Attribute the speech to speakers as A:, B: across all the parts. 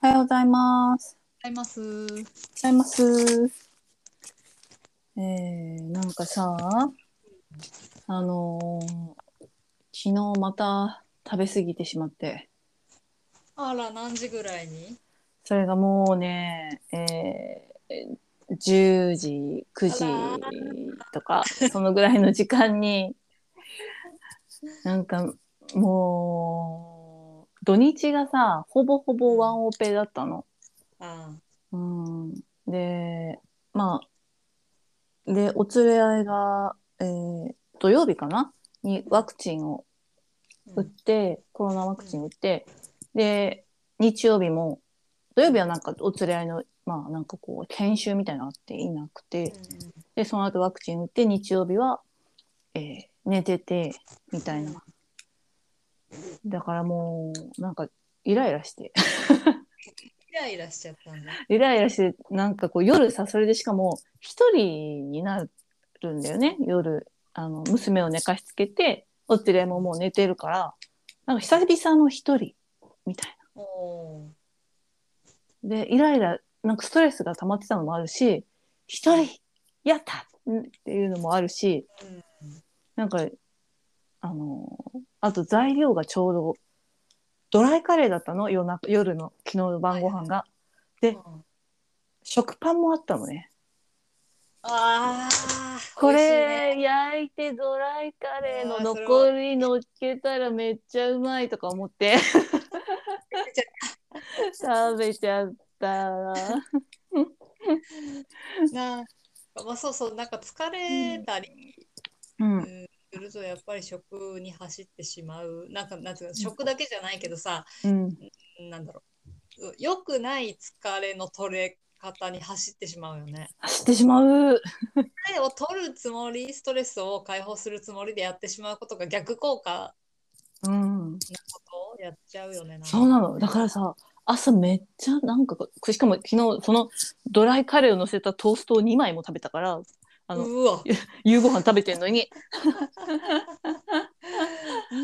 A: はようございます。
B: ございます。
A: おはようございます。えー、なんかさ、あのー昨日また食べ過ぎてしまって、
B: あら、何時ぐらいに。
A: それがもうね、えー、10時、9
B: あ
A: 時とか、そのぐらいの時間に、なんかもう、土日がさ、ほぼほぼワンオペだったの。
B: あ
A: うん、でまあでお連れ合いが、えー土曜日かなにワクチンを
B: あ
A: 打って、コロナワクチン打ってで日曜日も土曜日はなんかお連れ合いのまあなんかこう研修みたいなのあっていなくてでその後ワクチン打って日曜日は、えー寝ててみたいなだからもうなんかイライラして
B: イライラしちゃったんだ。
A: イライラしてなんかこう夜さそれでしかも一人になるんだよね夜あの娘を寝かしつけてお連れももう寝てるからなんか久々の一人みたい
B: おお
A: なでイライラなんかストレスが溜まってたのもあるし一人やったっていうのもあるし
B: ー。うん。
A: なんかあのあと材料がちょうどドライカレーだったの夜な夜の昨日の晩ご飯がえ
B: うん
A: 食パンもあったのね
B: ああ。
A: こ
B: 美味しい
A: れ
B: ね
A: 焼いてドライカレーの
B: あーそれは
A: 残りのっけたらめっちゃうまいとか思って食べちゃった
B: なんかまあ、そうそう、なんか疲れたり
A: うん
B: すると、やっぱり食に走ってしまう。なんか、なんていうの、食だけじゃないけどさ、
A: うん
B: なんだろう。良くない疲れの取れ方に走ってしまうよね。
A: 走ってしまう
B: 疲れを取るつもり、ストレスを解放するつもりでやってしまうことが逆効果
A: うん
B: なことをやっちゃうよね。なんか
A: そうなのだからさ朝めっちゃなんかこうしかも昨日そのドライカレーを乗せたトーストを2枚も食べたからあの
B: うわ、
A: 夕ご飯食べてんのに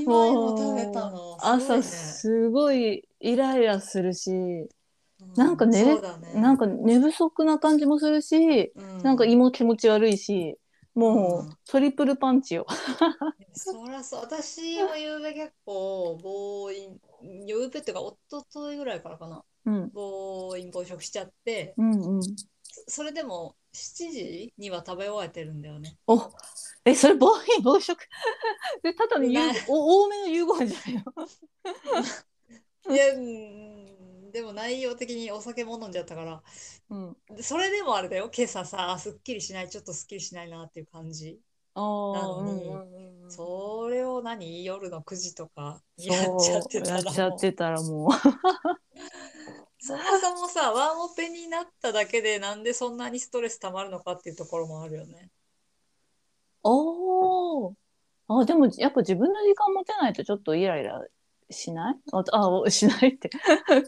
B: 2枚も食べたの。すごい
A: 朝
B: ね
A: すごいイライラするしなんか寝れ
B: そうだね
A: なんか寝不足な感じもするし
B: う
A: なんか胃も気持ち悪いし、も
B: う
A: うトリプルパンチよ。
B: そらそう、私も夕べ結構暴飲、夕べっていうか、一昨日ぐらいからかな、
A: うん、
B: 暴飲暴食しちゃって、
A: うん、うん。
B: それでも7時には食べ終えてるんだよね。
A: お、え、それ暴飲暴食。 で、ただの夕
B: な
A: お多めの夕ご飯じゃないの。
B: いや、うんでも内容的にお酒も飲んじゃったから、
A: うん。
B: でそれでもあれだよ、今朝さ、あすっきりしない、ちょっとすっきりしないなっていう感じ。な
A: ああ、
B: のに
A: うん
B: それを何夜の9時とか
A: そ
B: やっちゃって
A: う、
B: た
A: や
B: ら
A: っちゃ
B: も
A: っ
B: う
A: てたらも
B: そもそもさワンオペになっただけでなんでそんなにストレスたまるのかっていうところもあるよね。
A: う。おお。あ、でも、やっぱ自分の時間持てないと、ちょっとイライラしない。あ、あ しないって。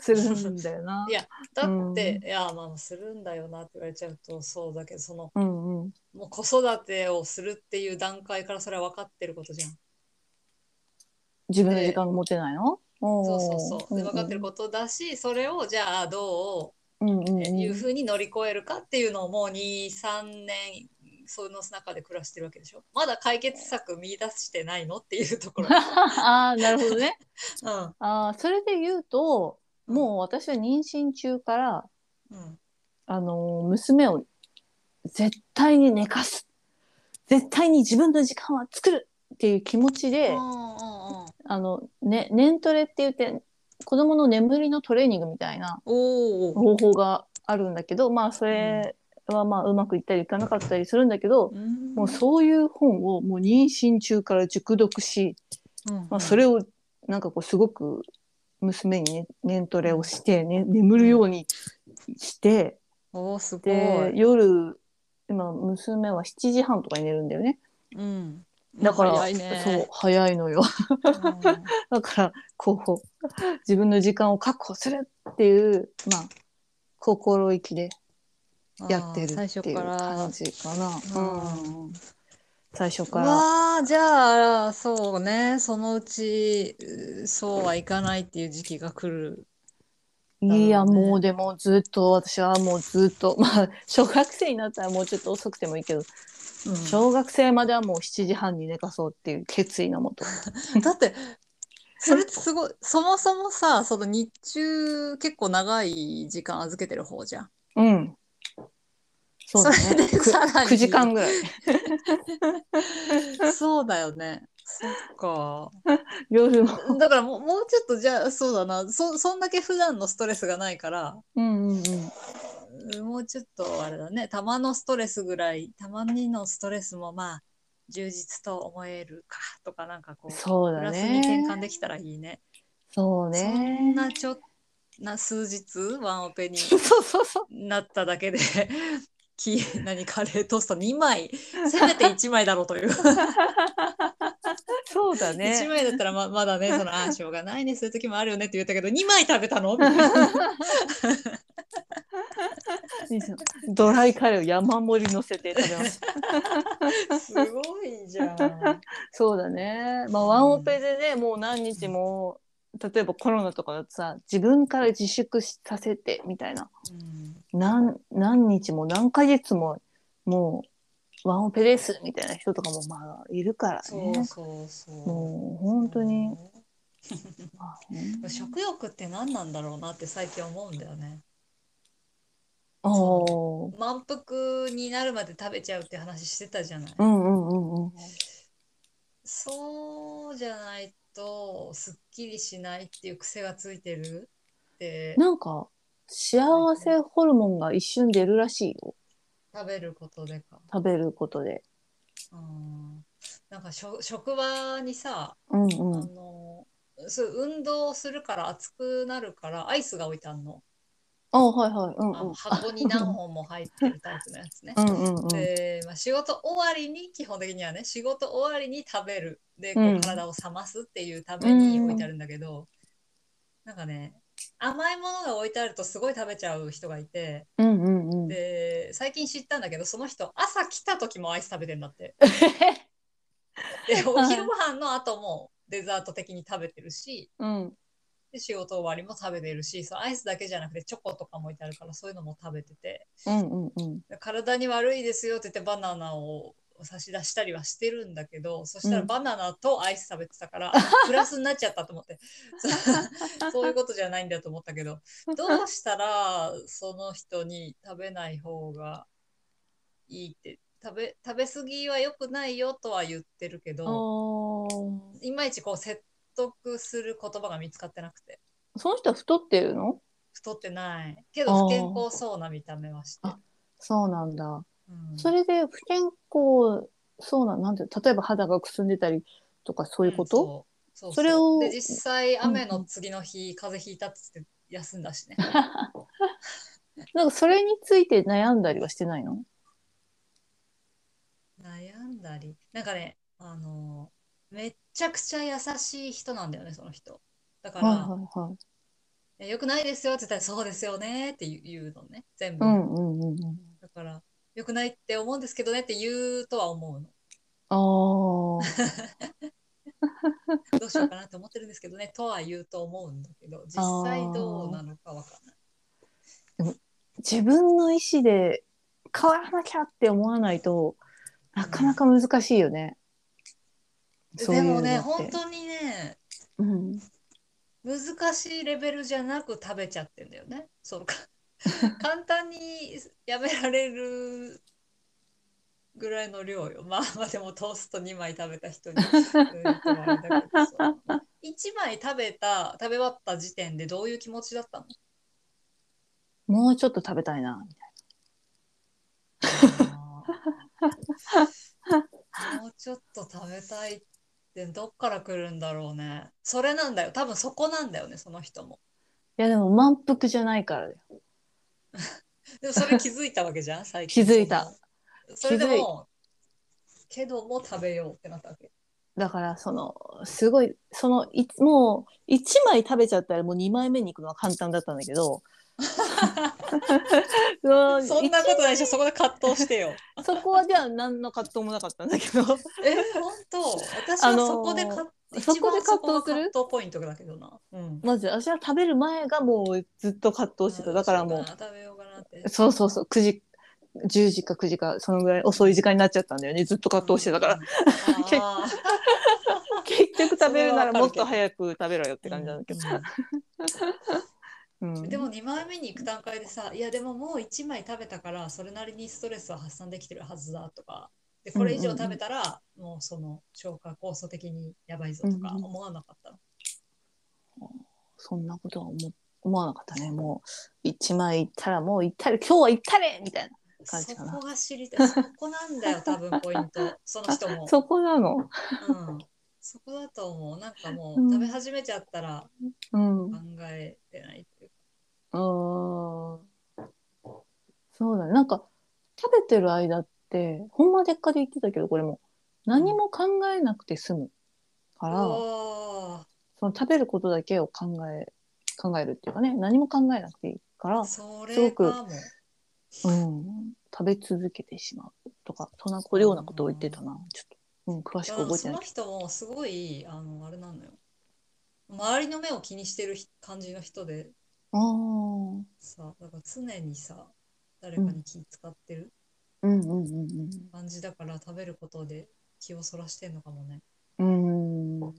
A: するんだよな。
B: いやだって、
A: う
B: いやまあするんだよなって言われちゃうとそうだけどその
A: うん、うん。
B: もう子育てをするっていう段階からそれは分かってることじゃん。
A: 自分の時間が持てないの。
B: そうそ
A: そう
B: そうで分かってることだしそれをじゃあど
A: うんうん
B: う
A: うん、
B: いうふうに乗り越えるかっていうのをもう23年その中で暮らしてるわけでしょ。まだ解決策見出してないのっていうと ころ。
A: ああなるほどね。
B: うん
A: あーそれで言うともう私は妊娠中から、
B: うん、
A: あのー娘を絶対に寝かす絶対に自分の時間は作るっていう気持ちで、
B: うんうんうん
A: あのね、年トレって言って子供の眠りのトレーニングみたいな
B: おお。
A: 方法があるんだけどまあそれはまあうまくいったりいかなかったりするんだけど、もうそういう本をもう妊娠中から熟読し
B: うん。
A: まあ、それをなんかこうすごく娘にね念トレをして、ね、眠るようにして
B: おおすご
A: で
B: い。
A: 夜今娘は7時半とかに寝るんだよね
B: うん。
A: だから
B: 早いね
A: そう早いのよ だからこう自分の時間を確保するっていうまあ心意気で
B: うん
A: やってる
B: あー最
A: って
B: 初
A: いう
B: から。
A: 感じかな
B: あ
A: うん最初から
B: わあじゃあそうねそのうちうそうはいかないっていう時期が来る
A: いや、
B: なるほどね
A: もうでもずっと私はもうずっとまあ小学生になったらもうちょっと遅くてもいいけど、小学生まではもう7時半に寝かそうっていう決意のもと。
B: だってそれってすごいそもそもさその日中結構長い時間預けてる方じゃん。
A: うん。そうだ
B: それ
A: ね。
B: でさらに
A: 9時間ぐらい。
B: そうだよね。そっか。
A: 夜も。
B: だからもうもうちょっとじゃあそうだなそそんだけ普段のストレスがないから
A: うんうんうん。
B: うんもうちょっとあれだねたまのストレスぐらいたまにのストレスもまあ充実と思えるかとかなんかこう
A: そう
B: プ
A: だ
B: ラスに転換
A: ね。
B: できたらいいね。
A: そう
B: そ
A: ね。
B: んなちょな数日ワンオペに
A: そうそうそう。
B: なっただけで き何カレートースト2枚せめて1枚だろうという、
A: そうだ
B: 一1
A: ね。
B: 枚だったらままだねそのあーしょうがないねそういう時もあるよねって言ったけど2枚食べたのみたいな
A: ドライカレーを山盛り乗せて食べました。
B: すごいじゃん。
A: そうだね。まあワンオペでね、もう何日も。例えばコロナとかだとさ自分から自粛させてみたいな
B: うん
A: 何何日も何ヶ月ももうワンオペですみたいな人とかもまあいるから
B: そ
A: ね
B: うそうそう。
A: もう本当に、まあ
B: うん食欲って何なんだろうなって最近思うんだよね。
A: あー
B: 満腹になるまで食べちゃうって話してたじゃない。
A: うんうんうんうん
B: そうじゃないとすっきりしないっていう癖がついてるって
A: なんか幸せホルモンが一瞬出るらしいよ
B: 食べることでか。
A: 食べることで
B: うん、なんかしょ職場にさ、
A: うん
B: あ
A: うん
B: のそう運動するから暑くなるからアイスが置いてあるの,、
A: あはいはいうん
B: あの箱に何本も入ってるタイプのやつね。
A: うんうんうんうん
B: でまあ、仕事終わりに基本的にはね仕事終わりに食べるでこ
A: うん
B: う体を冷ますっていうために置いてあるんだけど、なんかね甘いものが置いてあるとすごい食べちゃう人がいて
A: うんうんうん
B: で最近知ったんだけどその人朝来た時もアイス食べてん だってでお昼ご飯の後もデザート的に食べてるし
A: うん
B: で仕事終わりも食べてるしそうアイスだけじゃなくてチョコとかも置いてあるからそういうのも食べてて。
A: うんうん
B: 体に悪いですよって言ってバナナを差し出したりはしてるんだけどそした
A: う
B: ら
A: ん
B: バナナとアイス食べてた から、プラスになっちゃったと思ってそうそういうことじゃないんだと思ったけどどうしたらその人に食べない方がいいって食べ食べ過ぎは良くないよとは言ってるけ
A: あ
B: ど
A: ー
B: いまいちこう説得する言葉が見つかってなくて
A: その人は太ってるの
B: 太ってないけど不健康そうな見た目はしてる。
A: そうなんだ
B: うん
A: それで不健康そうななんて例えば肌がくすんでたりとかそういうこと、
B: そうそうそう
A: それを
B: で実
A: ん
B: 際
A: うん
B: 雨の次の日、風邪ひいたっつって休んだしね
A: なんかそれについて悩んだりはしてないの
B: 悩んだりなんかねあのめっちゃくちゃ優しい人なんだよねその人だから、
A: はいはいはい。
B: えよくないですよって言ったらそうですよねって言う言うのね全部、
A: うんうんうんうん。
B: だからよくないって思うんですけどねって言うとは思うの
A: あ
B: どうしようかなって思ってるんですけどねとは言うと思うんだけど実際どうなのかわかんない
A: あ。自分の意思で変わらなきゃって思わないと、なかなか難しいよね。そうい
B: で
A: うの
B: も
A: って
B: ね本当にね
A: うん。
B: 難しいレベルじゃなく食べちゃってんだよね。そうか簡単にやめられるぐらいの量よ。まあまあでもトースト2枚食べた人に。うんとはあれだけどそう1枚食べた食べ終わった時点でどういう気持ちだったの
A: もうちょっと食べたいな。
B: もうちょっと食べたいってどっから来るんだろうね。それなんだよ。多分そこなんだよね、その人も。
A: いやでも満腹じゃないからだよ。
B: でもそれ気づいたわけじゃん最
A: 気
B: 近
A: づいた
B: それでもけども食べようってなったわけ
A: だからそのすごいそのいもう1枚食べちゃったらもう2枚目に行くのは簡単だったんだけどその
B: そんなことないでしょそこで葛 藤してよ
A: そこはでは何の葛藤もなかったんだけど
B: え本当私
A: あ
B: は
A: のー
B: そこで葛
A: そこで葛藤する
B: 一番そこが葛藤ポイントだけどな。うん。
A: まず私は食べる前がもうずっと葛藤してただからもう
B: どうしようかな食べようかなって。
A: そうそうそう9時10時か9時かそのぐらい遅い時間になっちゃったんだよねずっと葛藤してたから、
B: うん。 あー
A: 結局食べるならもっと早く食べろよって感じなんだけど、うん
B: でも2枚目に行く段階でさ、いやでももう1枚食べたから、それなりにストレスは発散できてるはずだとか、でこれ以上食べたら、もうその消化酵素的にやばいぞとか
A: うんうん
B: 思わなかったの。
A: そんなことは思思わなかったねもう一枚行ったらもう行ったれ今日は行ったれみたい感じ
B: そ
A: かな
B: こが知りたい。そこなんだよ、多分ポイ ント。その人も
A: な。そこなの
B: うん、そこだと思う。なんかも
A: うん
B: う食べ始めちゃったら
A: うんう
B: 考えてないっていうか。
A: ーんそうだねなんか食べてる間ってほんまでっかで言ってたけどこれも何も考えなくて済むから、
B: お
A: その食べることだけを考え考えるっていうかね何も考えなくていいから
B: ー、そ
A: すご
B: れ
A: く
B: かも。
A: うん、食べ続けてしまうとかそんなようなことを言ってたなちょっと、うん、詳しく
B: いやで
A: 覚
B: も
A: えて
B: そ
A: ない
B: の
A: け
B: 人もすごい、あの、あれなのよ。周りの目を気にしてるひ感じの人で
A: どあー
B: さ、だから常にさ、誰かに気使ってる
A: うんうんうん
B: 感じだから、食べることで気をそらしてんのかもね。
A: うんう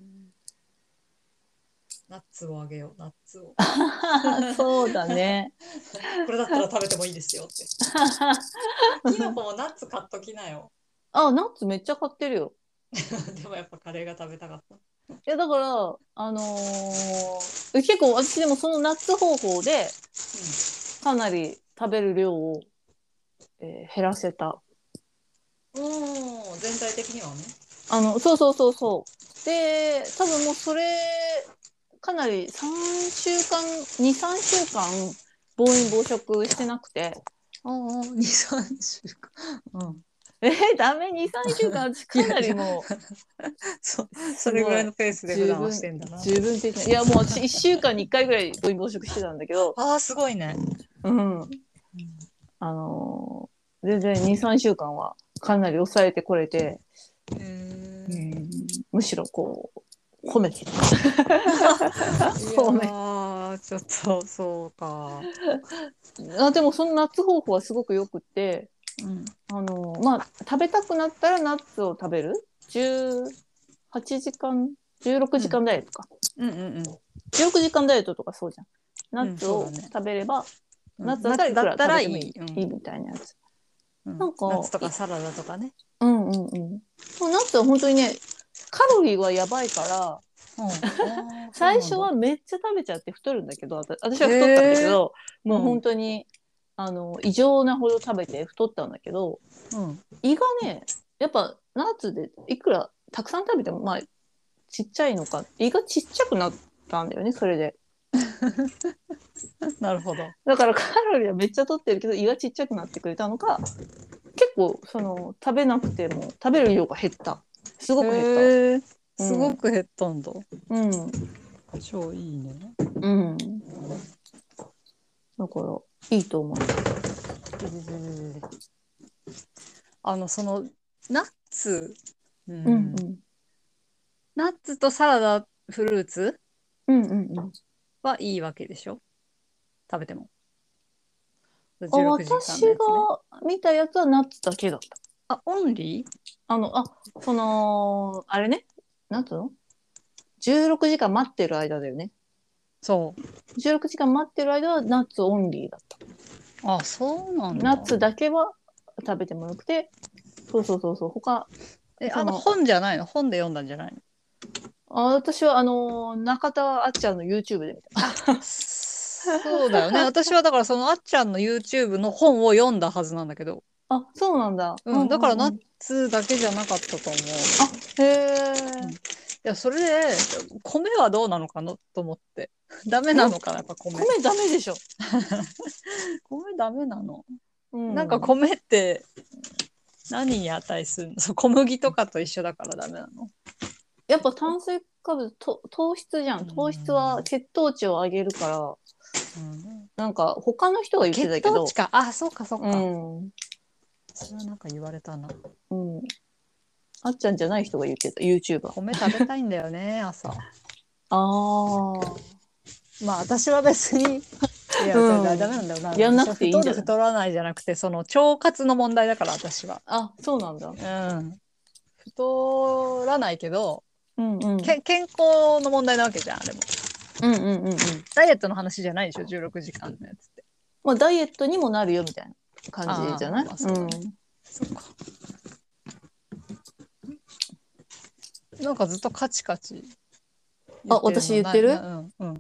B: ナッツをあげよう、ナッツを。
A: ーん そうだね
B: これだったら食べてもいいですよ って。キノコもナッツ買っときなよ。
A: あナッツめっちゃ買ってるよ
B: でもやっぱカレーが食べたかった。
A: いやだからあのー結構私でもそのナッツ方法でかなり食べる量を、えー減らせた
B: おお全体的にはね。
A: あのそうそうそうそうで多分もうそれかなり3週間23週間暴飲暴食してなくて
B: おお二三週間。うん。
A: えー、ダメ23週間私かなりも う
B: そ
A: それぐらいの
B: ペース
A: 十分十分的ないやもう私1週間に1回ぐらい暴飲暴食してたんだけど
B: ああすごいね。
A: うんあのー全然23週間はかなり抑えてこれて、
B: へえ
A: うんむしろこう褒めてる
B: そうね。ああちょっとそうか。
A: あでもその夏方法はすごくよくって
B: うん。
A: あのまあ食べたくなったらナッツを食べる18時間16時間ダイエットか、
B: うんうん
A: 16時間ダイエットとかそうじゃんナッツ
B: う
A: を
B: んそうだね
A: 食べれば、
B: うん。
A: ナッツだったらいくら食べてもいい,、
B: うん
A: いいみたいなやつ
B: うん
A: なんか
B: ナッツとかサラダとかね。
A: うんうんうんもうナッツは本当にねカロリーはやばいから
B: うん
A: 最初はめっちゃ食べちゃって太るんだけど私私は太ったんだけど、もう本当に、あの異常なほど食べて太ったんだけど、
B: うん。
A: 胃がねやっぱナッツでいくらたくさん食べてもまあちっちゃいのか胃がちっちゃくなったんだよねそれで
B: なるほど。
A: だからカロリーはめっちゃ取ってるけど胃がちっちゃくなってくれたのか結構その食べなくても食べる量が減ったすごく減っ
B: へえ
A: た
B: すごく減ったんだ。
A: たうん
B: 超いいね。
A: うん、だからいいと思う
B: あのそのナッツ、うん
A: うんうん
B: ナッツとサラダフルーツ
A: うんうんうん
B: はいいわけでしょ食べても。16
A: あ
B: 時間のやつ
A: 私
B: ね
A: が見たやつはナッツだけだった
B: あオンリー
A: あの、あ、その、あれね、なんつうの ?16 時間待ってる間だよね。
B: そう。
A: 16時間待ってる間はナッツオンリーだった。
B: あそうなんだ。
A: ナッツだけは食べてもよくて、そうそうそうそう、他、
B: え
A: そ
B: あ
A: の
B: の本じゃないの本で読んだんじゃないの
A: あ私はあのー、中田あっちゃんの YouTube で見た。
B: そうだよ ね。私はだからそのあっちゃんの YouTube の本を読んだはずなんだけど、
A: あ、そうなんだ。
B: うん、だからナ
A: な
B: ッツだけじゃなかったと思う。
A: へえ。
B: いやそれで米はどうなのかなと思ってダメなのかなやっぱ米
A: 米ダメでしょ。
B: 米ダメなの、
A: う
B: なんか米って何に値するのそう小麦とかと一緒だからダメなの
A: やっぱ炭水化物と糖質じゃん糖質は血糖値を上げるからなんか他の人が言ってた
B: 血
A: けど
B: 糖値かあそうかそうか、
A: うん
B: それはなんか言われたな
A: うん、あっちゃんじゃない人が言ってた YouTuber
B: 米食べたいんだよね朝
A: ああ
B: まあ私は別にいや、
A: うん
B: ダメなんだよな
A: やんなくていいんじゃない
B: 太る太らないじゃなくてその腸活の問題だから私は
A: あそうなんだ
B: うん太らないけど、
A: うんうんうん
B: け健康の問題なわけじゃんあれも
A: うんうんうん
B: ダイエットの話じゃないでしょ16時間のやつって
A: まあダイエットにもなるよみたいな感じじゃない
B: あーまあそうだね
A: ん
B: そうかなんかずっとカチカチ言ってるの
A: あ私言ってる
B: ななうんうん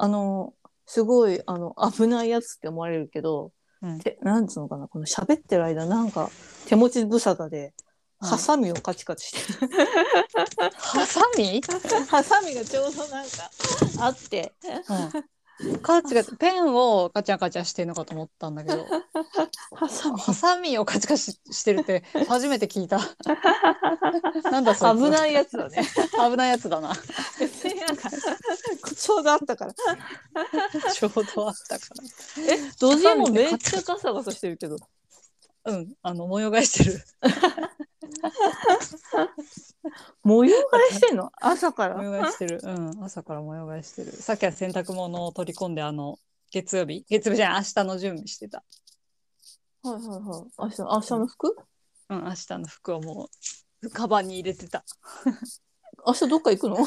A: あのすごいあの危ないやつって思われるけど、
B: うん
A: てなんつうのかなこの喋ってる間なんか手持ち無沙汰で
B: うん
A: ハサミをカチカチしてる、
B: ハサミ、
A: ハサミがちょうどなんかあって
B: カチカチペンをカチャカチャしてんのかと思ったんだけど
A: ハサミ
B: ハサミをカチカチしてるって初めて聞い たなんだそれ
A: 危ないやつだね
B: 危ないやつだな
A: 別に なんかちょうどあったから
B: ちょうどあったか
A: えドジもめっちゃガサガサしてるけど
B: らうんあの模様替えしてる
A: 模様替えしてんの朝か
B: 模
A: ら
B: 様替えしてるうん朝から模様替えしてるさっきは洗濯物を取り込んであの月曜日月曜日じゃない明日の準備してた
A: はいはいはい。明日、明日の服
B: うん明日の服をもうカバンに入れてた
A: 明日どっか行くの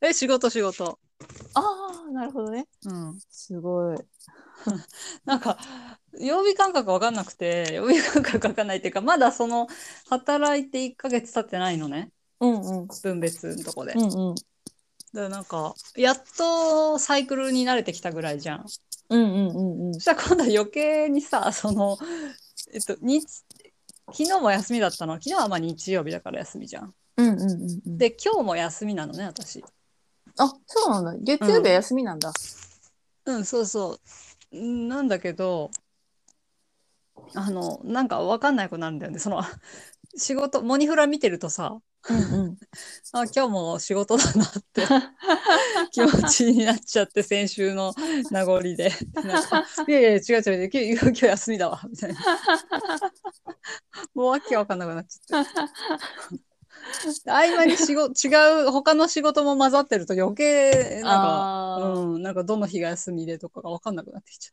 B: え仕事仕事
A: ああ、なるほどね。
B: うん
A: すごい。
B: なんか曜日感覚わかんなくて曜日感覚わかんないっていうかまだその働いて1ヶ月経ってないのね
A: うんうん。
B: 分別のとこで、
A: う
B: だか
A: んうん。
B: らなんかやっとサイクルに慣れてきたぐらいじゃんそ
A: うんうんうんうん。
B: したら今度は余計にさそのえっと日昨日も休みだったの昨日はまあ日曜日だから休みじゃん
A: うんうんうんうん。
B: で今日も休みなのね私
A: あ、そうなんだ。月曜日は休みなんだ。
B: うんそうそうんなんだけどあのなんか分かんなくなるんだよねその仕事モニフラ見てるとさ
A: うんうん。
B: あ今日も仕事だなって 気持ちになっちゃって先週の名残でなん か「いやいや違う違う今日今日休みだわ」みたいなもうわけわかんなくなっちゃって合間に仕 事違う他の仕事も混ざってると余計なんか。
A: あー
B: うん、なんかどの日が休みでとかが分かんなくなってきちゃ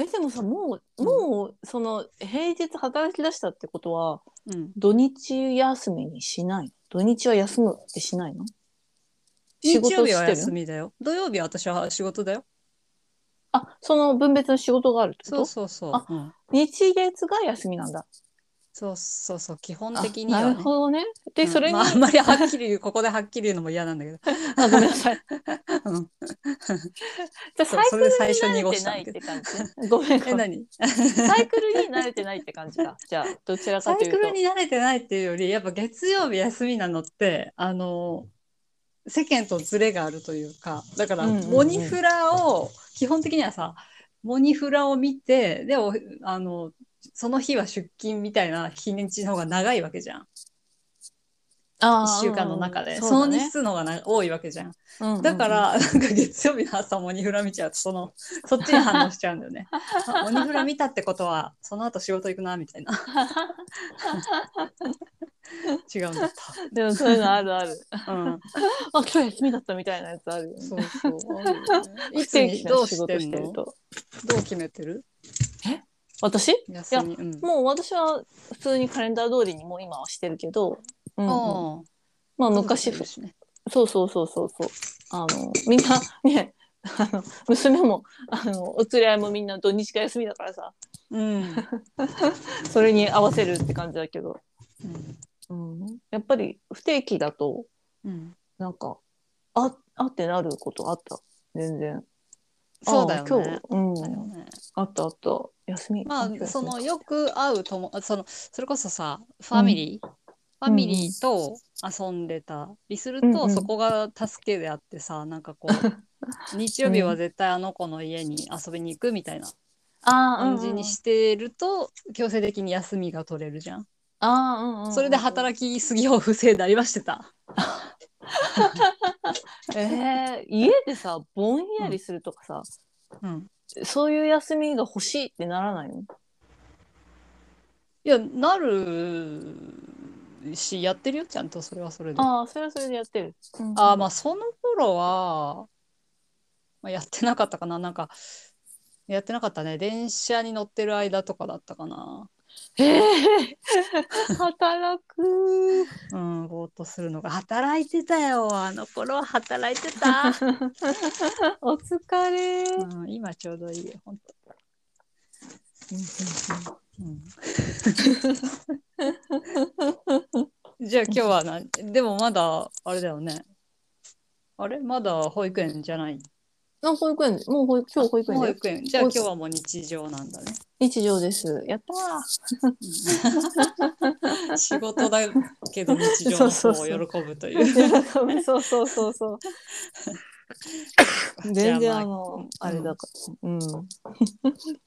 A: え、でもさ、もう、
B: うん
A: もう、その、平日働き出したってことは、
B: う。うん、
A: 土日休みにしないの土日は休むってしないの
B: 日
A: 仕
B: 曜
A: 事
B: 日
A: し
B: は
A: て
B: 休
A: る
B: みだよ。土曜日は私は仕事だよ。
A: あ、その分別の仕事があるってこ
B: そう
A: と
B: そうそう。
A: あ
B: うん
A: 日月が休みなんだ。
B: そうそうそう基本
A: あ
B: 的に
A: な
B: は、
A: る
B: ね。
A: ほどね。で、
B: うん
A: それに、
B: まあ、あん まりはっきり言うここではっきり言うのも嫌なんだけど。
A: あ、ごめんなさい。
B: うん、
A: じゃあ
B: そう
A: サイ
B: そ
A: クル
B: れで
A: に
B: 最初
A: 慣れ
B: に濁
A: て
B: した
A: なんいっ
B: だけ
A: て感じね。ごめん
B: え
A: ごめん。
B: 何？
A: サイクルに慣れてないって感じか。じゃあどちら
B: サ
A: か
B: イ
A: という
B: ク
A: と。
B: ルに慣れてないっていうよりやっぱ月曜日休みなのってあの世間とズレがあるというかだか
A: う
B: ら
A: んうんうん
B: モニフラを、基本的にはさモニフラを見てでおあのその日は出勤みたいな日にちの方が長いわけじゃん
A: あー
B: 1週間の中で、
A: うん
B: そ
A: そうだ
B: の
A: ね
B: 日数の方がな多いわけじゃん
A: うんうんうん
B: だから、なんか月曜日の朝モニフラ見ちゃうとそのそっちに反応しちゃうん だよねあモニフラ見たってことはその後仕事行くなみ たいな違うんだった
A: でもそういうのあるある。あ
B: うん、
A: 今日休みだったみたいなやつあるよね。
B: そうそう。あるよねい
A: 不
B: つ
A: 定
B: に
A: 期
B: ど
A: な
B: う
A: 仕
B: し
A: 事
B: てん
A: して
B: の
A: ると。
B: どう決めてる
A: 私
B: 休み。うん。
A: もう私は普通にカレンダー通りにもう今はしてるけど、うんうん
B: あ
A: まあ
B: あ
A: 昔
B: そうだしね
A: そうそうそうそうそう。あの、みんな、ね、あの、娘も、あの、お連れ合いもみんな土日が休みだからさ、
B: うん。
A: それに合わせるって感じだけど、うん、やっぱり不定期だと、
B: うん。
A: なんか、あ、あってなることあった。全然。
B: そうだよ
A: あ
B: ね。
A: 今日、
B: だ
A: う
B: よ
A: ん、
B: ね
A: あったあった。休み。
B: ま
A: 今日
B: あ
A: 休
B: そ
A: み
B: のよく会う友そのそれこそさファミリー、ファミリーと遊んでたりすると、
A: うんうん
B: そこが助けであってさなんかこ う日曜日は絶対あの子の家に遊びに行くみたいな
A: あーうんう
B: 感
A: ん
B: じにしてると、強制的に休みが取れるじゃん。
A: あー、うんうんうん、
B: それで働きすぎを防いだりはしてた。
A: き。 えー、家でさ、ぼんやりするとかさ、
B: うん、
A: そういう休みが欲しいってならないの
B: いやなるしやってるよちゃんとそれはそれで。
A: ああ、それはそれでやってる。うん
B: あーまあその頃は、まあ、やってなかったかななんかやってなかったね電車に乗ってる間とかだったかな
A: ええ働く。
B: うんぼーっとするのが働いてたよあの頃は働いて た、
A: お疲れ。
B: うん、今ちょうどいいよほんと、 うん、じゃあ今日はなでもまだあれだよねあれまだ保育園じゃない
A: あ、保育園で、もう保育、今日保育園
B: 保
A: で。
B: 育園じゃあ今日はもう日常なんだね
A: 日常です。やったー。
B: 仕事だけど日常の方を喜ぶと いう
A: そうそうそうそう。全然あの、
B: あ
A: あれだから、うん。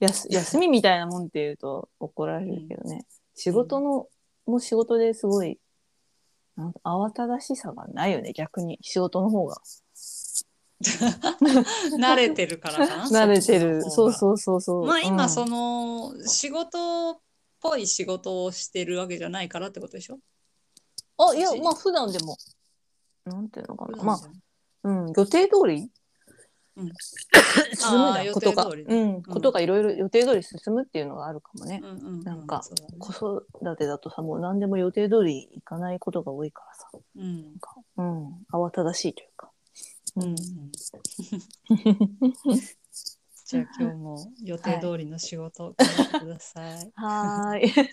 A: やす休みみたいなもんって言うと怒られるけどね。仕事の、もう仕事ですごい、なんか慌ただしさがないよね、逆に。仕事の方が。
B: 慣れてるからかな
A: 慣れてる。そう
B: う
A: そうそうそう。
B: まあ今
A: うん
B: その仕事っぽい仕事をしてるわけじゃないからってことでしょ
A: あ、いや、まあ普段でも、なんていうのかな。まあ、
B: あ
A: うん、予定通り
B: うん
A: 進む
B: あー
A: なことが、
B: 予定通り
A: うん、ことがいろいろ予定通り進むっていうのがあるかもね。
B: うんうん
A: なんか
B: そうだね
A: 子育てだとさ、もう何でも予定通りいかないことが多いからさ、
B: うん
A: なんか、うん、慌ただしいというか。
B: うんうん、 じゃあ今日も予定通りの仕事を頑 張ってください。
A: はーい。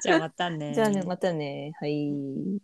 B: じゃあまたね。
A: じゃあね、またね。はい。